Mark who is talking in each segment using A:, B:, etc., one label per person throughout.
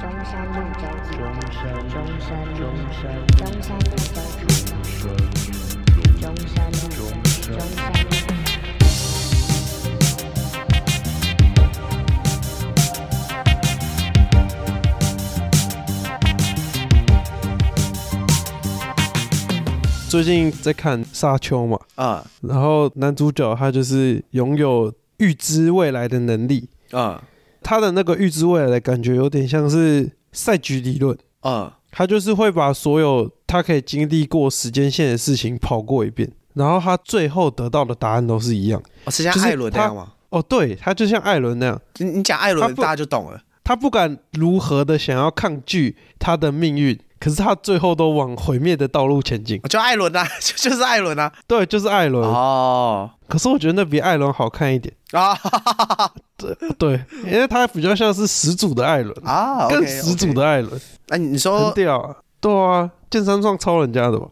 A: 中山路中
B: 中山路
A: 中山路
B: 中山路
A: 中山路中中山路中山路。
C: 最近在看《沙丘》嘛，
D: 啊
C: 然后男主角他就是拥有预知未来的能力，
D: 啊
C: 他的那个预知未来的感觉有点像是呃赛局理论，
D: 啊
C: 他就是会把所有他可以经历过时间线的事情跑过一遍，然哦后他最后得到的答案都是一样。
D: 哦，是像
C: 就是
D: 艾伦那
C: 他
D: 样吗？
C: 哦，对，他就像艾伦那样，
D: 你你讲艾
C: 他
D: 伦，
C: 不
D: 大家就懂了。
C: 他不管如何的想要抗拒他的命运，可是他最后都往毁灭的道路前进。
D: 就艾伦啊， 就就是艾伦啊。
C: 对，就是艾伦。
D: 哦
C: 可是我觉得那比艾伦好看一点。
D: 啊哈哈哈哈
C: 对，因为他比较像是始祖的艾伦，
D: 啊，哦
C: 更
D: OK，
C: 始祖
D: OK。
C: 的艾伦，
D: 那你
C: 很
D: 说，
C: 屌啊！对啊，剑三创抄人家的吧？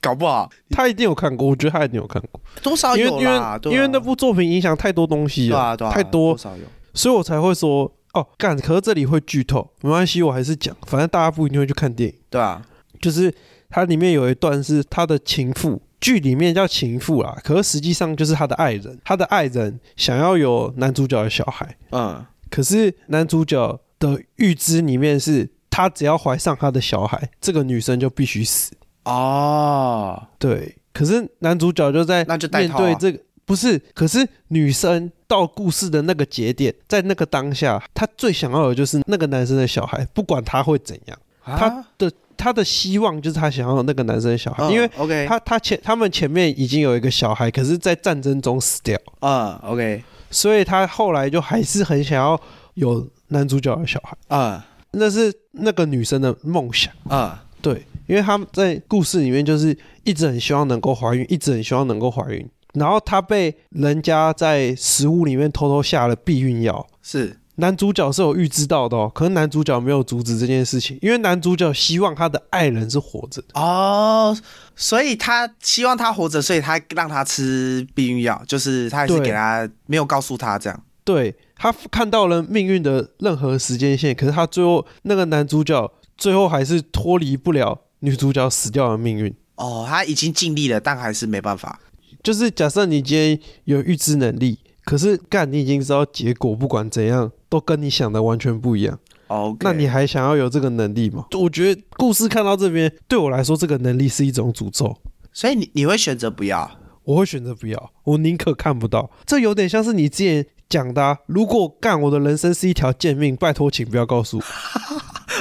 D: 搞不好
C: 他一定有看过，我觉得他一定有看过，
D: 多少
C: 因为
D: 哦有
C: 因
D: 啦，啊
C: 为因为那部作品影响太多东西
D: 对
C: 了，
D: 啊对啊，
C: 太多
D: 多，少有。
C: 所以我才会说哦，干！可是这里会剧透，没关系，我还是讲，反正大家不一定会去看电影。
D: 对啊，
C: 就是它里面有一段是他的情妇，剧里面叫情妇啦，可是实际上就是他的爱人，他的爱人想要有男主角的小孩，
D: 嗯，
C: 可是男主角的预知里面是他只要怀上他的小孩，这个女生就必须死。
D: 哦，
C: 对，可是男主角就在
D: 那就带
C: 面
D: 套啊
C: 对这个、不是，可是女生到故事的那个节点，在那个当下，她最想要的就是那个男生的小孩，不管他会怎样，他
D: 啊
C: 的她的希望就是她想要有那个男生的小孩，因为
D: 嗯 OK，
C: 她她前他们前面已经有一个小孩，可是在战争中死掉，
D: 嗯 OK，
C: 所以她后来就还是很想要有男主角的小孩。
D: 嗯
C: 那是那个女生的梦想，
D: 嗯
C: 对，因为她在故事里面就是一直很希望能够怀孕，一直很希望能够怀孕，然后她被人家在食物里面偷偷下了避孕药。
D: 是
C: 男主角是有预知到的哦，可是男主角没有阻止这件事情，因为男主角希望他的爱人是活着的。
D: 哦，所以他希望他活着，所以他让他吃避孕药，就是他还是
C: 对
D: 给他没有告诉他这样。
C: 对他看到了命运的任何时间线，可是他最后那个男主角最后还是脱离不了女主角死掉的命运。
D: 哦，他已经尽力了，但还是没办法。
C: 就是假设你今天有预知能力，可是干你已经知道结果，不管怎样都跟你想的完全不一样，
D: 哦，
C: 那你还想要有这个能力吗？我觉得故事看到这边，对我来说，这个能力是一种诅咒。
D: 所以你你会选择不要？
C: 我会选择不要，我宁可看不到。这有点像是你之前讲的啊、如果干我的人生是一条贱命，拜托请不要告诉我。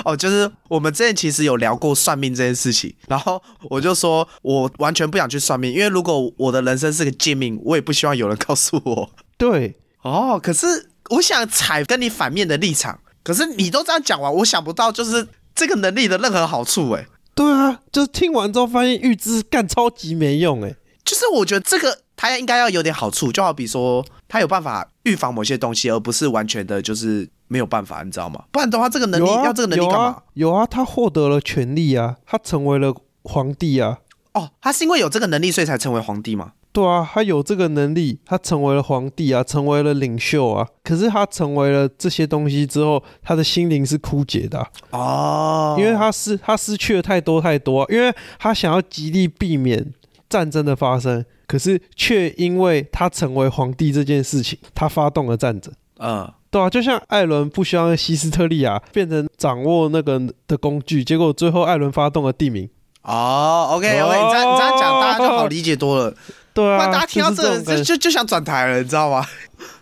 D: 哦，就是我们之前其实有聊过算命这件事情，然后我就说我完全不想去算命，因为如果我的人生是个贱命，我也不希望有人告诉我。
C: 对，
D: 哦，可是我想踩跟你反面的立场，可是你都这样讲完，我想不到就是这个能力的任何好处欸诶、
C: 对啊，就是听完之后发现预知干超级没用欸诶、
D: 就是我觉得这个他应该要有点好处，就好比说他有办法预防某些东西，而不是完全的就是没有办法，你知道吗？不然的话，这个能力、
C: 有啊，
D: 要这个能力干嘛？
C: 有啊？有啊，他获得了权力啊，他成为了皇帝啊。
D: 哦，他是因为有这个能力，所以才成为皇帝吗？
C: 对啊，他有这个能力，他成为了皇帝啊，成为了领袖啊。可是他成为了这些东西之后，他的心灵是枯竭的啊、
D: 哦，
C: 因为他失他失去了太多太多啊、因为他想要极力避免战争的发生，可是却因为他成为皇帝这件事情，他发动了战争。
D: 嗯，
C: 对啊，就像艾伦不希望西斯特利亚变成掌握那个的工具，结果最后艾伦发动了地名。
D: 哦，OK OK，你这样你这样讲，大家就好理解多了。
C: 对
D: 不
C: 啊，
D: 然大家听到
C: 就是这
D: 这个
C: 种感
D: 就
C: 觉
D: 就就想转台了，你知道吗？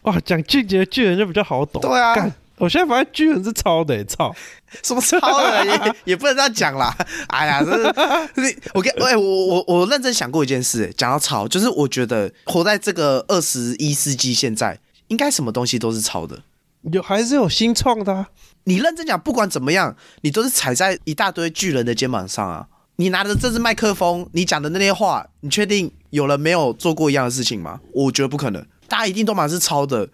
C: 哇，讲俊杰巨人就比较好懂。
D: 对啊
C: 干，我现在发现巨人是抄的、欸，操！
D: 什么超人也 也不能这样讲啦。哎呀，这是你我跟哎、我我我认真想过一件事，欸讲到抄，就是我觉得活在这个二十一世纪现在，应该什么东西都是抄的。
C: 有还是有新创的、啊，
D: 你认真讲，不管怎么样，你都是踩在一大堆巨人的肩膀上啊！你拿着这支麦克风，你讲的那些话，你确定有人没有做过一样的事情吗？我觉得不可能，大家一定都嘛是抄的，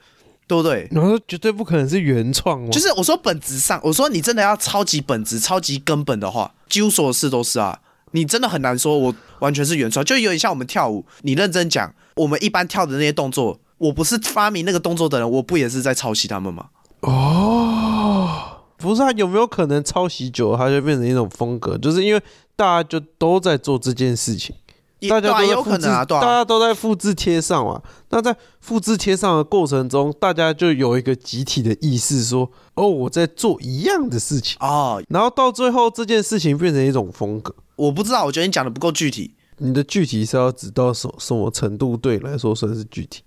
D: 对不对？
C: 然后绝对不可能是原创嘛。哦
D: 就是我说本质上，我说你真的要超级本质、超级根本的话，几乎所有事都是啊，你真的很难说我完全是原创，就有点像我们跳舞，你认真讲，我们一般跳的那些动作，我不是发明那个动作的人，我不也是在抄袭他们吗？
C: 哦，不不是他有没有可能抄袭久了，他就变成一种风格，就是因为大家就都在做这件事情，
D: 也
C: 大家
D: 对
C: 都
D: 啊，
C: 在
D: 也有
C: 复
D: 可
C: 制
D: 能啊，对
C: 大
D: 啊，
C: 家都在复制贴上嘛。那在复制贴上的过程中，大家就有一个集体的意识说，哦，我在做一样的事情，
D: 哦，
C: 然后到最后这件事情变成一种风格。
D: 我不知道，我觉得你讲的不够具体，
C: 你的具体是要指到什什么程度对你来说算是具体？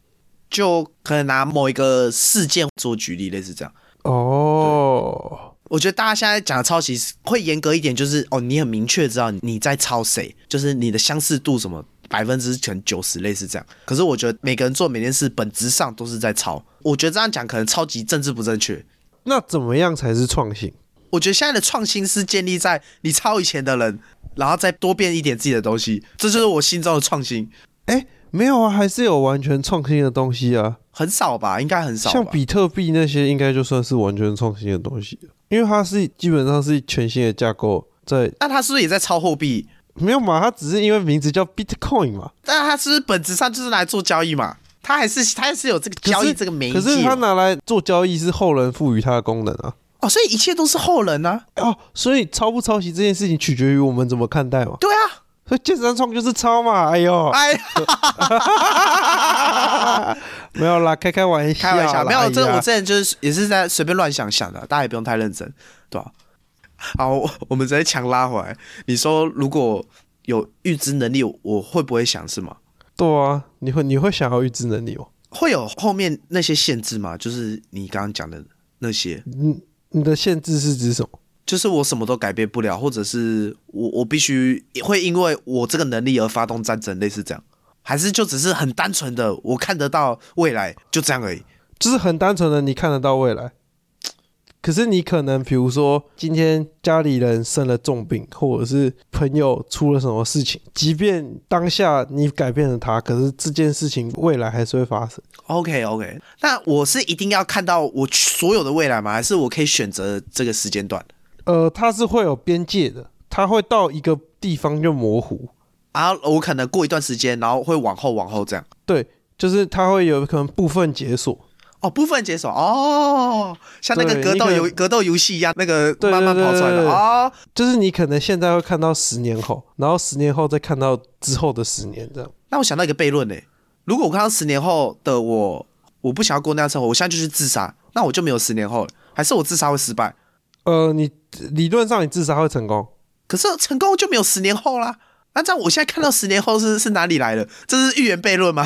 D: 就可能拿某一个事件做举例，类似这样。
C: 哦，
D: 我觉得大家现在讲的抄袭会严格一点，就是哦，你很明确知道你在抄谁，就是你的相似度什么百分之可能九十，类似这样。可是我觉得每个人做每件事本质上都是在抄，我觉得这样讲可能超级政治不正确。
C: 那怎么样才是创新？
D: 我觉得现在的创新是建立在你抄以前的人，然后再多变一点自己的东西，这就是我心中的创新。
C: 哎，没有啊，还是有完全创新的东西啊。
D: 很少吧，应该很少吧。
C: 像比特币那些，应该就算是完全创新的东西了，因为它是基本上是全新的架构在，
D: 那他是不是也在抄货币？
C: 没有嘛，它只是因为名字叫 Bitcoin 嘛，
D: 但他是不是本质上就是来做交易嘛？他还是他还是有这个
C: 可是
D: 交易这个媒介
C: 可是它拿来做交易是后人赋予它的功能啊。
D: 哦，所以一切都是后人啊。
C: 哦，所以抄不抄袭这件事情取决于我们怎么看待嘛。
D: 对啊，
C: 所以剑三创就是抄嘛，哎呦，
D: 哎呀，
C: 没有啦，开开玩笑啦，
D: 开玩笑，没有，这
C: 哎呀
D: 我之前就是也是在随便乱想想的，大家也不用太认真，对吧、 好，我我们直接强拉回来。你说如果有预知能力，我会不会想是吗？
C: 对啊，你会你会想要预知能力哦，
D: 会有后面那些限制吗？就是你刚刚讲的那些，
C: 你你的限制是指什么？
D: 就是我什么都改变不了，或者是我我必须会因为我这个能力而发动战争，类似这样，还是就只是很单纯的我看得到未来，就这样而已。
C: 就是很单纯的，你看得到未来。可是你可能，比如说今天家里人生了重病，或者是朋友出了什么事情，即便当下你改变了他，可是这件事情未来还是会发生。
D: OK OK，那我是一定要看到我所有的未来吗？还是我可以选择这个时间段？
C: 呃，它是会有边界的，它会到一个地方就模糊。
D: 啊，我可能过一段时间，然后会往后往后这样。
C: 对，就是它会有可能部分解锁，
D: 哦，部分解锁哦，像那个
C: 对
D: 格
C: 你
D: 斗
C: 可
D: 游格斗游戏一样，那个
C: 对
D: 慢慢
C: 对对
D: 跑出来的
C: 对对
D: 哦。
C: 就是你可能现在会看到十年后，然后十年后再看到之后的十年这样。
D: 那我想到一个悖论呢、如果我看到十年后的我，我不想要过那样生活，我现在就去自杀，那我就没有十年后了。还是我自杀会失败？
C: 呃，你理论上你自杀会成功，
D: 可是成功就没有十年后啦。那这样我现在看到十年后是是哪里来的？这是预言悖论吗？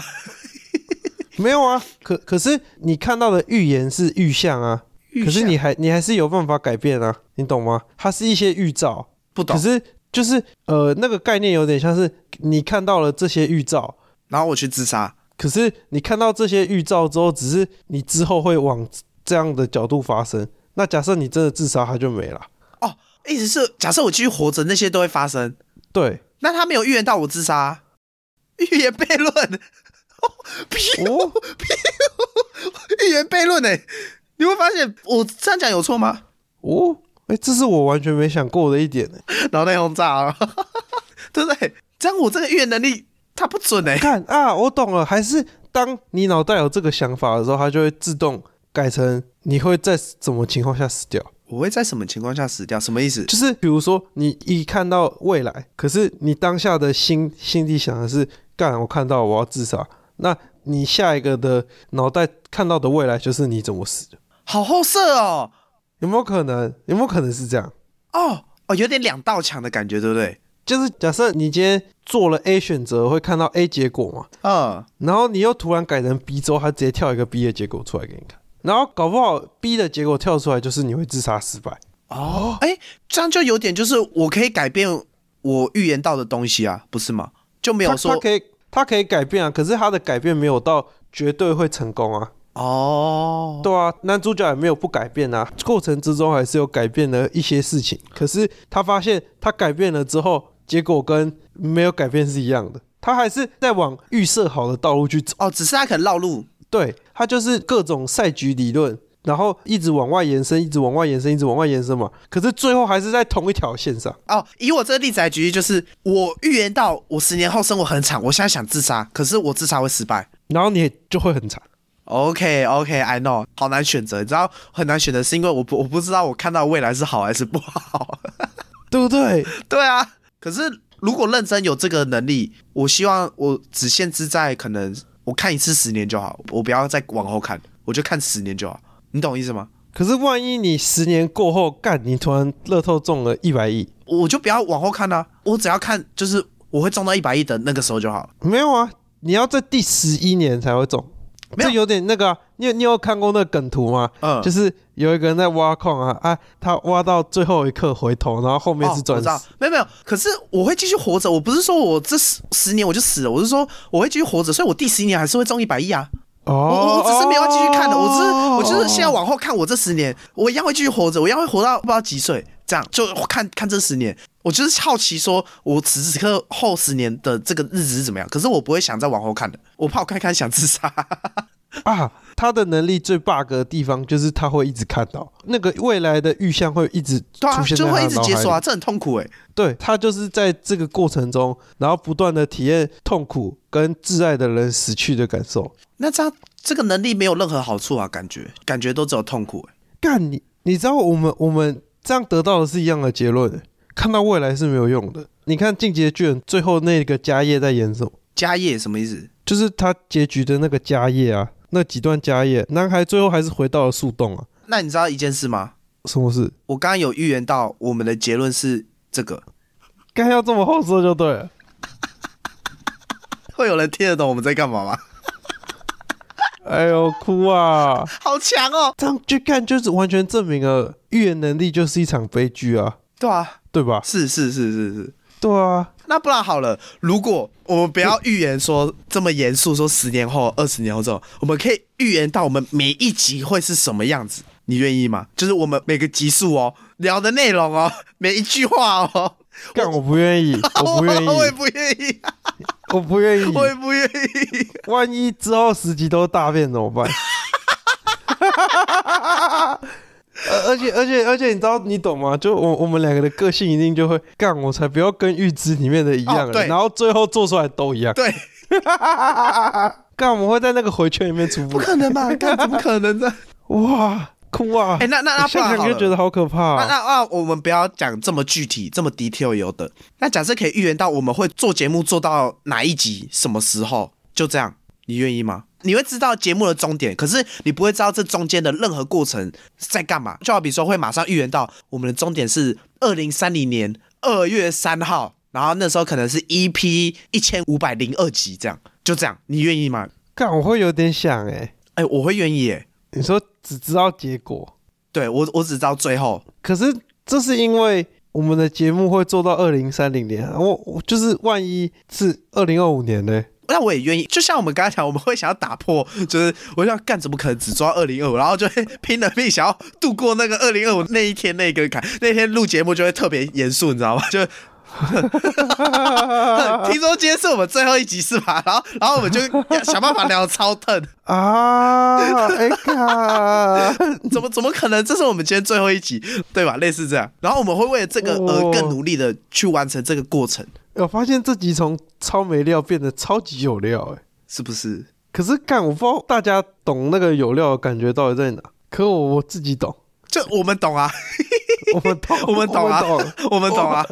C: 没有啊，可可是你看到的预言是预象啊，可是你还你还是有办法改变啊，你懂吗？它是一些预兆，
D: 不懂
C: 可。是就是呃那个概念有点像是你看到了这些预兆，
D: 然后我去自杀，
C: 可是你看到这些预兆之后，只是你之后会往这样的角度发生。那假设你真的自杀，它就没了。
D: 哦意思是假设我继续活着，那些都会发生。
C: 对，
D: 那他没有预言到我自杀啊，预言悖论，
C: 哦，
D: 预言悖论呢、欸你会发现我这样讲有错吗？
C: 哦，哎、这是我完全没想过的一点、欸。
D: 脑袋轰炸啊， 对不对？这样我这个预言能力它不准哎、
C: 看啊，我懂了，还是当你脑袋有这个想法的时候，它就会自动改成你会在什么情况下死掉。
D: 我会在什么情况下死掉？什么意思？
C: 就是比如说，你一看到未来，可是你当下的心心里想的是，干，我看到我要自杀。那你下一个的脑袋看到的未来就是你怎么死的，
D: 好后色哦，
C: 有没有可能？有没有可能是这样？
D: 哦哦，有点两道墙的感觉，对不对？
C: 就是假设你今天做了 A 选择，会看到 A 结果嘛？
D: 嗯，
C: 然后你又突然改成 B 之后，他直接跳一个 B 的结果出来给你看，然后搞不好 B 的结果跳出来就是你会自杀失败。
D: 哦，哎，这样就有点就是我可以改变我预言到的东西啊，不是吗？就没
C: 他他
D: 有说
C: 可以他可以改变啊，可是他的改变没有到绝对会成功啊。
D: 嗯哦，
C: 对啊，男主角也没有不改变啊，过程之中还是有改变了一些事情。可是他发现他改变了之后，结果跟没有改变是一样的，他还是在往预设好的道路去走。
D: 哦，只是他可能绕路，
C: 对，他就是各种赛局理论，然后一直往外延伸，一直往外延伸，一直往外延伸嘛。可是最后还是在同一条线上。
D: 哦，以我这个例子来举例，就是我预言到我十年后生活很惨，我现在想自杀，可是我自杀会失败。
C: 然后你就会很惨。
D: OK OK，I、know，好难选择，你知道很难选择，是因为我不我不知道我看到未来是好还是不好。
C: 对不对？
D: 对啊，可是如果认真有这个能力，我希望我只限制在可能我看一次十年就好，我不要再往后看，我就看十年就好，你懂我意思吗？
C: 可是万一你十年过后干，你突然乐透中了一百亿，
D: 我就不要往后看啦、我只要看就是我会中到一百亿的那个时候就好了。
C: 没有啊？你要在第十一年才会中，
D: 没有
C: 这有点那个、啊。你有你有看过那个梗图吗？
D: 嗯，
C: 就是有一个人在挖矿啊啊，他挖到最后一刻回头，然后后面
D: 哦
C: 是钻
D: 我知道
C: 石。
D: 没有没有，可是我会继续活着。我不是说我这十十年我就死了，我是说我会继续活着，所以我第十年还是会中一百亿啊。
C: 哦，
D: 我我只是没有继续看的，我只是我就是现在
C: 哦
D: 往后看，我这十年我一样会继续活着，我一样会活到不知道几岁，这样就看看这十年。我就是好奇，说我此时此刻后十年的这个日子是怎么样，可是我不会想再往后看的，我怕我看看想自杀。
C: 啊，他的能力最 bug 的地方就是他会一直看到那个未来的预象会一直
D: 对啊，
C: 出现在
D: 就
C: 他
D: 会一
C: 的
D: 直
C: 脑海
D: 解
C: 里
D: 锁啊，这很痛苦哎、
C: 对他就是在这个过程中，然后不断的体验痛苦跟挚爱的人死去的感受。
D: 那这样这个能力没有任何好处啊，感觉感觉都只有痛苦、欸。
C: 干你，你知道我们我们这样得到的是一样的结论欸，看到未来是没有用的。你看《进击的巨人》最后那个家业在演什么？
D: 家业什么意思？
C: 就是他结局的那个家业啊，那几段家业，男孩最后还是回到了树洞啊。
D: 那你知道一件事吗？
C: 什么事？
D: 我刚刚有预言到我们的结论是这个，
C: 干要这么后说就对了。
D: 会有人听得懂我们在干嘛吗？
C: 哎呦，哭啊！
D: 好强哦！
C: 这样去看就是完全证明了预言能力就是一场悲剧啊，
D: 对啊，
C: 对吧？
D: 是是是是是。
C: 对啊，
D: 那不然好了，如果我们不要预言说这么严肃，说十年后、二十年后这种，我们可以预言到我们每一集会是什么样子，你愿意吗？就是我们每个集数哦，聊的内容哦， 每一句话哦，
C: 干我不愿意，我不 愿
D: 我也
C: 意，
D: 不愿意，
C: 我不愿意。
D: 我也不愿 意。
C: 万一之后十集都大便怎么 办？而而且而且而且，你知道你懂吗？就我我们两个的个性一定就会干，我才不要跟预知里面的一样、
D: 哦对
C: 然后最后做出来都 一样，
D: 对，
C: 干我们会在那个回圈里面出
D: 不
C: 不来。
D: 可能吧？干怎么可能呢？
C: 哇，哭啊！
D: 哎、那那那
C: 我
D: 不
C: 现在
D: 然好
C: 想
D: 了
C: 就觉得好可怕、
D: 那
C: 啊。
D: 那那我们不要讲这么具体、这么 detail 有的。那假设可以预言到我们会做节目做到哪一集、什么时候，就这样，你愿意吗？你会知道节目的终点，可是你不会知道这中间的任何过程在干嘛。就好比说，会马上预言到我们的终点是二零三零年二月三号，然后那时候可能是 EP 一千五百零二集，这样就这样，你愿意吗？
C: 干我会有点想哎、
D: 哎、我会愿意耶、
C: 你说只知道结果，
D: 对我我只知道最后，
C: 可是这是因为我们的节目会做到二零三零年啊，我我就是万一是二零二五年 呢、
D: 那我也愿意，就像我们刚才讲，我们会想要打破，就是我想干，怎么可能只抓二零二五，然后就会拼了命想要度过那个二零二五那一天那个坎。那天录节目就会特别严肃，你知道吗？就。
C: 啊
D: 听说今天是我们最后一集是吧？然后，然后我们就要想办法聊超疼，
C: 啊，哎呀，
D: 怎么怎么可能？这是我们今天最后一集，对吧？类似这样，然后我们会为了这个而
C: 哦
D: 更努力的去完成这个过程，
C: 我发现这集从超没料变得超级有料哎、
D: 是不是？
C: 可是干，我不知道大家懂那个有料的感觉到底在哪，可我我自己懂，
D: 就我们懂啊，，
C: 我们懂
D: 我们懂啊
C: 我们懂，
D: 我们懂啊。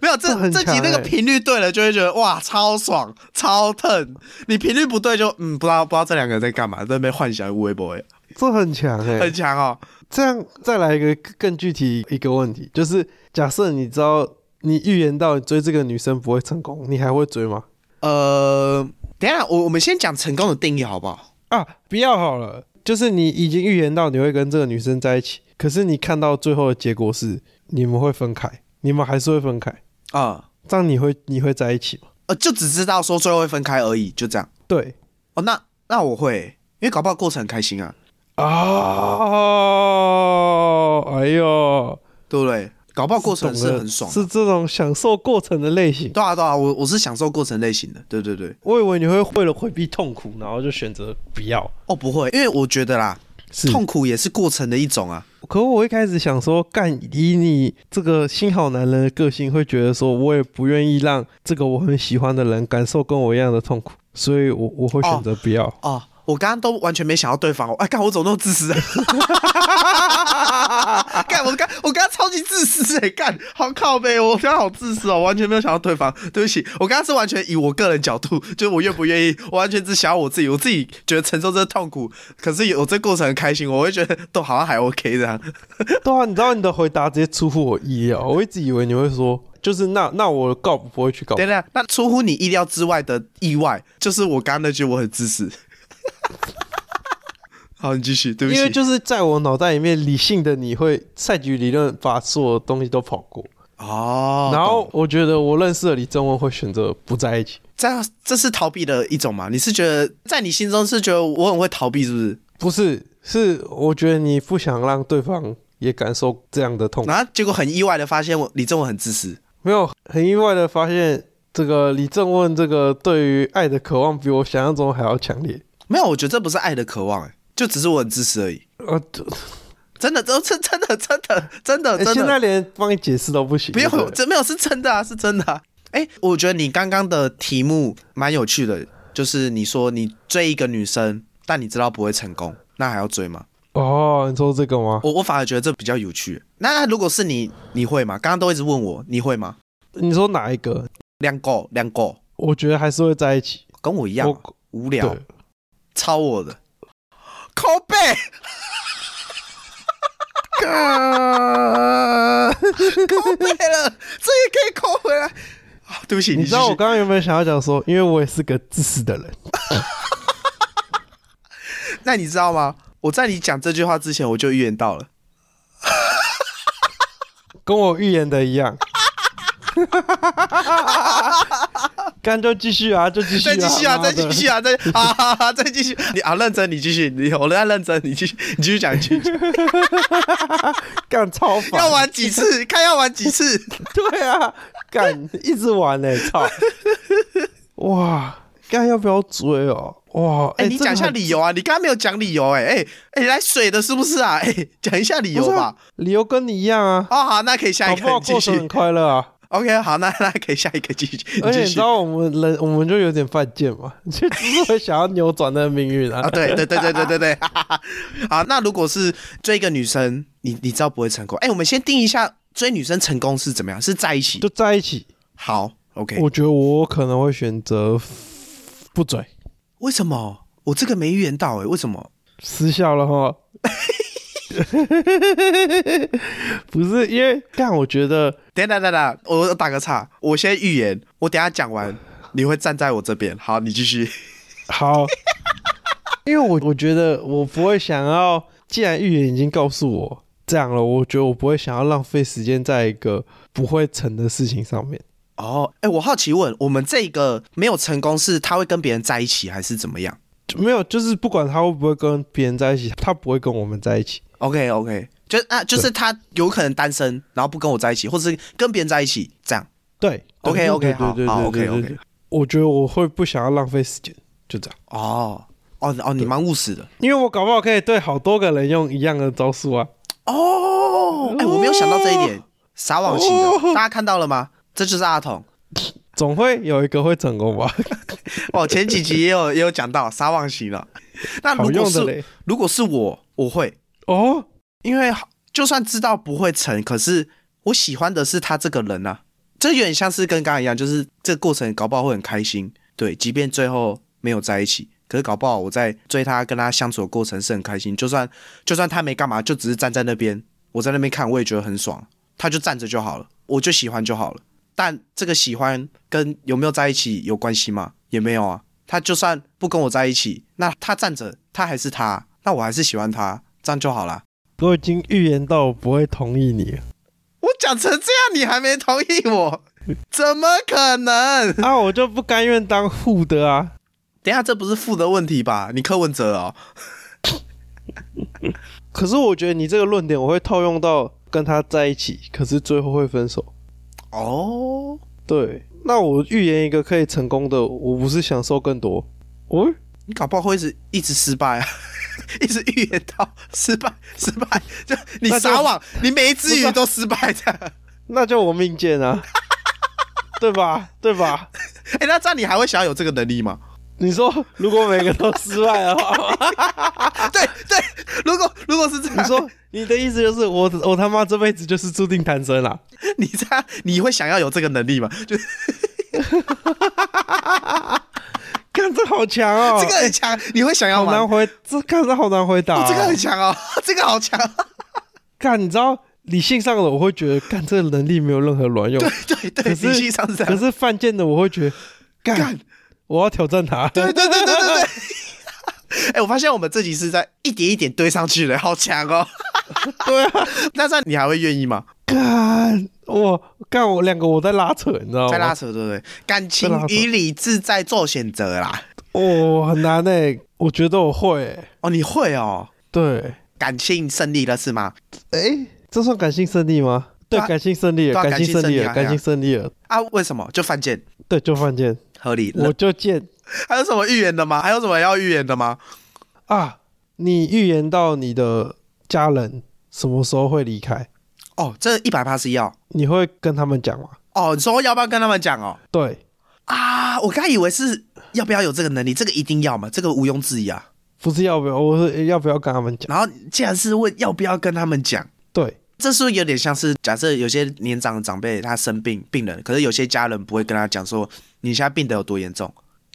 D: 没有这
C: 这很
D: 这集
C: 强
D: 那个
C: 欸
D: 频率对了，就会觉得哇超爽超疼。你频率不对就嗯不知道不知道这两个人在干嘛，在那边幻想微博欸，
C: 这很强哎、
D: 很强哦。
C: 这样再来一个更具体一个问题，就是假设你知道你预言到你追这个女生不会成功，你还会追吗？
D: 呃，等一下我我们先讲成功的定义好不好？
C: 啊，不要好了，就是你已经预言到你会跟这个女生在一起，可是你看到最后的结果是你们会分开，你们还是会分开，
D: 啊、
C: 这样你会你会在一起吗？
D: 呃，就只知道说最后会分开而已，就这样。
C: 对
D: 哦，那那我会欸，因为搞不好过程很开心啊，
C: 啊，哎呦，
D: 对不对？搞不好过程
C: 懂
D: 是
C: 了
D: 很爽啊、
C: 是这种享受过程的类型。
D: 对啊对啊，我我是享受过程类型的，对对对。
C: 我以为你会为了回避痛苦，然后就选择不要。
D: 哦，不会，因为我觉得啦，
C: 是
D: 痛苦也是过程的一种啊。
C: 可我一开始想说，干以你这个新好男人的个性，会觉得说我也不愿意让这个我很喜欢的人感受跟我一样的痛苦，所以我我会选择不要。
D: 哦，我刚刚都完全没想到对方，哎，干我怎么那么自私、啊？ 干我刚我刚刚超级自私哎、干好靠背，我刚刚好自私哦，完全没有想到对方。对不起，我刚刚是完全以我个人角度，就是我愿不愿意，我完全只想要我自己，我自己觉得承受这个痛苦，可是有这过程很开心，我会觉得都好像还 OK 这样。
C: 对啊，你知道你的回答直接出乎我意料，我一直以为你会说，就是那那我告不会去告，
D: 等等，那出乎你意料之外的意外，就是我刚刚那句我很自私。 好，你继续，对不起。
C: 因为就是在我脑袋里面，理性的你会赛局理论把所有东西都跑过，
D: 哦，
C: 然后我觉得我认识的李正文会选择不在一起，
D: 这样这是逃避的一种嘛？你是觉得在你心中是觉得我很会逃避，是不是？
C: 不是，是我觉得你不想让对方也感受这样的痛苦，
D: 然后结果很意外的发现我李正文很自私，
C: 没有很意外的发现。这个李正问这个对于爱的渴望比我想象中还要强烈，
D: 没有，我觉得这不是爱的渴望、欸，就只是我很自私而已。
C: 呃，
D: 真的，这真真的真的真的真的，
C: 哎现在连帮你解释都不行，
D: 不
C: 对
D: 用，
C: 了
D: 这没有是真的啊，是真的、啊。哎，我觉得你刚刚的题目蛮有趣的，就是你说你追一个女生，但你知道不会成功，那还要追吗？
C: 哦，你说这个吗？
D: 我我反而觉得这比较有趣。那那如果是你，你会吗？刚刚都一直问我，你会吗？
C: 你说哪一个？
D: 两狗两狗，
C: 我觉得还是会在一起。
D: 跟我一样啊
C: 我
D: 无
C: 对
D: 聊，抄我的，靠 背。扣背了，这也可以扣回来。啊对不起，
C: 你知道
D: 继续
C: 我刚刚有没有想要讲说，因为我也是个自私的人，
D: 那你知道吗？我在你讲这句话之前，我就预言到了。
C: 跟我预言的一 样。干就继续啊，就继续、啊，
D: 再继续
C: 妈
D: 啊，
C: 的
D: 再继续啊，再啊哈哈，再继续。 你啊，认真，你继续，你我在认真，你继续，你继续讲，你继续讲。
C: 干超烦，
D: 要玩几次？看要玩几次？
C: 对啊，干一直玩呢、 操！哇，干要不要追哦？哇，
D: 哎、
C: 哎、
D: 你讲一下
C: 理
D: 理由啊！你刚刚没有讲理由、哎哎哎，来水的是不是啊？哎、讲一下理
C: 啊
D: 由吧。
C: 理由跟你一样啊，
D: 哦，好，那可以下
C: 搞
D: 一
C: 不
D: 个
C: 好
D: 你继
C: 过程
D: 续
C: 很。快乐啊。
D: OK，好，那那可以下一个继续， 你
C: 而且
D: 继
C: 你知
D: 续。
C: 道我们人，我们就有点犯贱嘛， 就只是会想要扭转那个命运啊
D: 啊，。对对对对对对对， 哈哈哈好，那如果是追一个女生，你你知道不会成功？哎、我们先定一下追女生成功是怎么样？是在一起？
C: 就在一起，
D: 好，OK。
C: 我觉得我可能会选择不追，
D: 为什么我这个没预言到、哎，为什么？
C: 失效了 哈。 不是因为，但我觉得
D: 等一下等一下等一下，我打个岔，我先预言，我等一下讲完你会站在我这边。好，你继续。
C: 好， 因为我我觉得我不会想要，既然预言已经告诉我这样了，我觉得我不会想要浪费时间在一个不会成的事情上面。
D: 哦，哎、我好奇问，我们这个没有成功是他会跟别人在一起，还是怎么样
C: 就没有，就是不管他会不会跟别人在一起，他不会跟我们在一起。
D: ？OK OK，就啊，就是他有可能单身，然后不跟我在一起，或是跟别人在一起这样。
C: 对对
D: OK，OK，好
C: 对对
D: 好
C: 对对对
D: OK，OK
C: 对。我觉得我会不想要浪费时间，就这样，
D: 哦哦哦，你蛮务实的。
C: 因为我搞不好可以对好多个人用一样的招数啊。
D: 哦，哎、我没有想到这一点，撒网型的，
C: 哦
D: 大家看到了吗？这就是阿童。
C: 总会有一个会成功吧？
D: 哦，前几集也有也有讲到撒网型了。那
C: 好
D: 如果
C: 用的
D: 是
C: 嘞。
D: 如果是我，我会，
C: 哦，
D: 因为就算知道不会成，可是我喜欢的是他这个人啊。这有点像是跟刚刚一样，就是这个过程搞不好会很开心，对，即便最后没有在一起，可是搞不好我在追他、跟他相处的过程是很开心。就算就算他没干嘛，就只是站在那边，我在那边看，我也觉得很爽。他就站着就好了，我就喜欢就好了。但这个喜欢跟有没有在一起有关系吗？也没有啊。他就算不跟我在一起，那他站着，他还是他，那我还是喜欢他，这样就好啦。
C: 我已经预言到我不会同意你了
D: 我讲成这样，你还没同意我？ 怎么可能？
C: 啊，我就不甘愿当护的啊。
D: 等一下，这不是负的问题吧？你柯文哲哦，
C: 可是我觉得你这个论点，我会套用到跟他在一起，可是最后会分手。
D: 哦，
C: 对，那我预言一个可以成功的，我不是享受更多，我、
D: 你搞不好会一直一直失败啊， 一直预言到失败，失败，就你
C: 那就
D: 撒网，你每一只鱼都失败的。
C: 那就我命 贱啊，对吧？对吧？
D: 哎、那这样你还会想要有这个能力吗？
C: 你说如果每个都失败的话，
D: 对对，如果如果是这 样，
C: 啊你说你的意思就是我我他妈这辈子就是注定单身啊啦、
D: 你这样，你会想要有这个能力吗？就
C: 看这好强哦，
D: 这个很强，你会想要
C: 好
D: 吗？
C: 难回，这看这好难回答、
D: 哦
C: 哦。
D: 这个很强哦， 这个好强，
C: 干，你知道理性上的我会觉得干这个能力没有任何卵用，
D: 对对，
C: 可是
D: 理性上是这
C: 可
D: 样，
C: 是犯贱的我会觉得干
D: 干，
C: 我要挑战他。
D: 对对对对对对。 哎、我发现我们这集是在一点一点堆上去的，好 强哦！
C: 对啊，
D: 那这样你还会愿意吗？
C: 干我干我两个哦我在拉扯，你知道吗？
D: 在拉扯，对不对？感情
C: 在拉扯
D: 与理智在做选择啦。
C: 哦，很难诶、我觉得我会、欸，
D: 哦，你会哦，
C: 对。
D: 感性胜利了是吗？
C: 哎、这算感性胜利吗？对
D: 对，啊
C: 感性胜利了，
D: 对啊
C: 感性胜利了，
D: 感
C: 感
D: 性
C: 性胜利了。
D: 啊，为什么就犯贱？
C: 对，就犯贱，
D: 合理。
C: 我就贱
D: 还有什么预言的吗？还有什么要预言的吗？
C: 啊！你预言到你的家人什么时候会离开，
D: 哦，这一百八十要
C: 你会跟他们讲吗？
D: 哦，你说要不要跟他们讲哦？
C: 对，
D: 啊，我刚以为是要不要有这个能力，这个一定要嘛，这个毋庸置疑啊。
C: 不是要不要，我是要不要跟他们讲？
D: 然后既然是问要不要跟他们讲，
C: 对，
D: 这是不是有点像是假设有些年长的长辈他生病病人，可是有些家人不会跟他讲说你现在病得有多严重。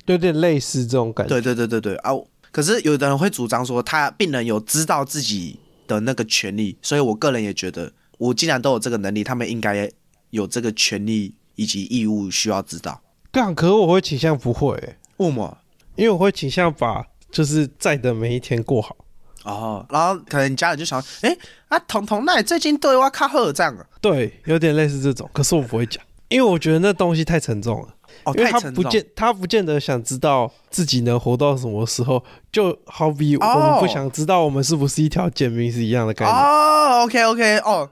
C: 有点类似这种感觉。
D: 对对对对对啊！可是有的人会主张说，他病人有知道自己的那个权利，所以我个人也觉得，啊我既然都有这个能力，他们应该有这个权利以及义务需要知道。
C: 干，可是我会倾向不会、欸
D: 为什么？
C: 因为我会倾向把就是在的每一天过好。
D: 哦，然后可能你家人就想，哎、啊，彤彤，那你最近对我卡赫这样啊？
C: 对，有点类似这种，可是我不会讲，因为我觉得那东西太沉重了。
D: 哦，
C: 因为
D: 太
C: 他
D: 沉
C: 不
D: 重。
C: 见他不见得想知道自己能活到什么时候，就好比我
D: 哦
C: 们不想知道我们是不是一条简明是一样的概念。
D: 哦，OK OK，哦，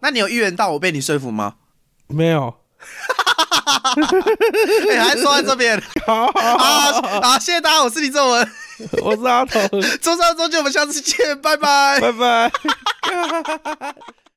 D: 那你有预言到我被你说服吗？
C: 没有，
D: 哎、还说在这边
C: 好，
D: 啊好，谢谢大家，我是李正文，
C: 我是阿童，
D: 周三周九，我们下次见，拜拜。
C: 拜拜。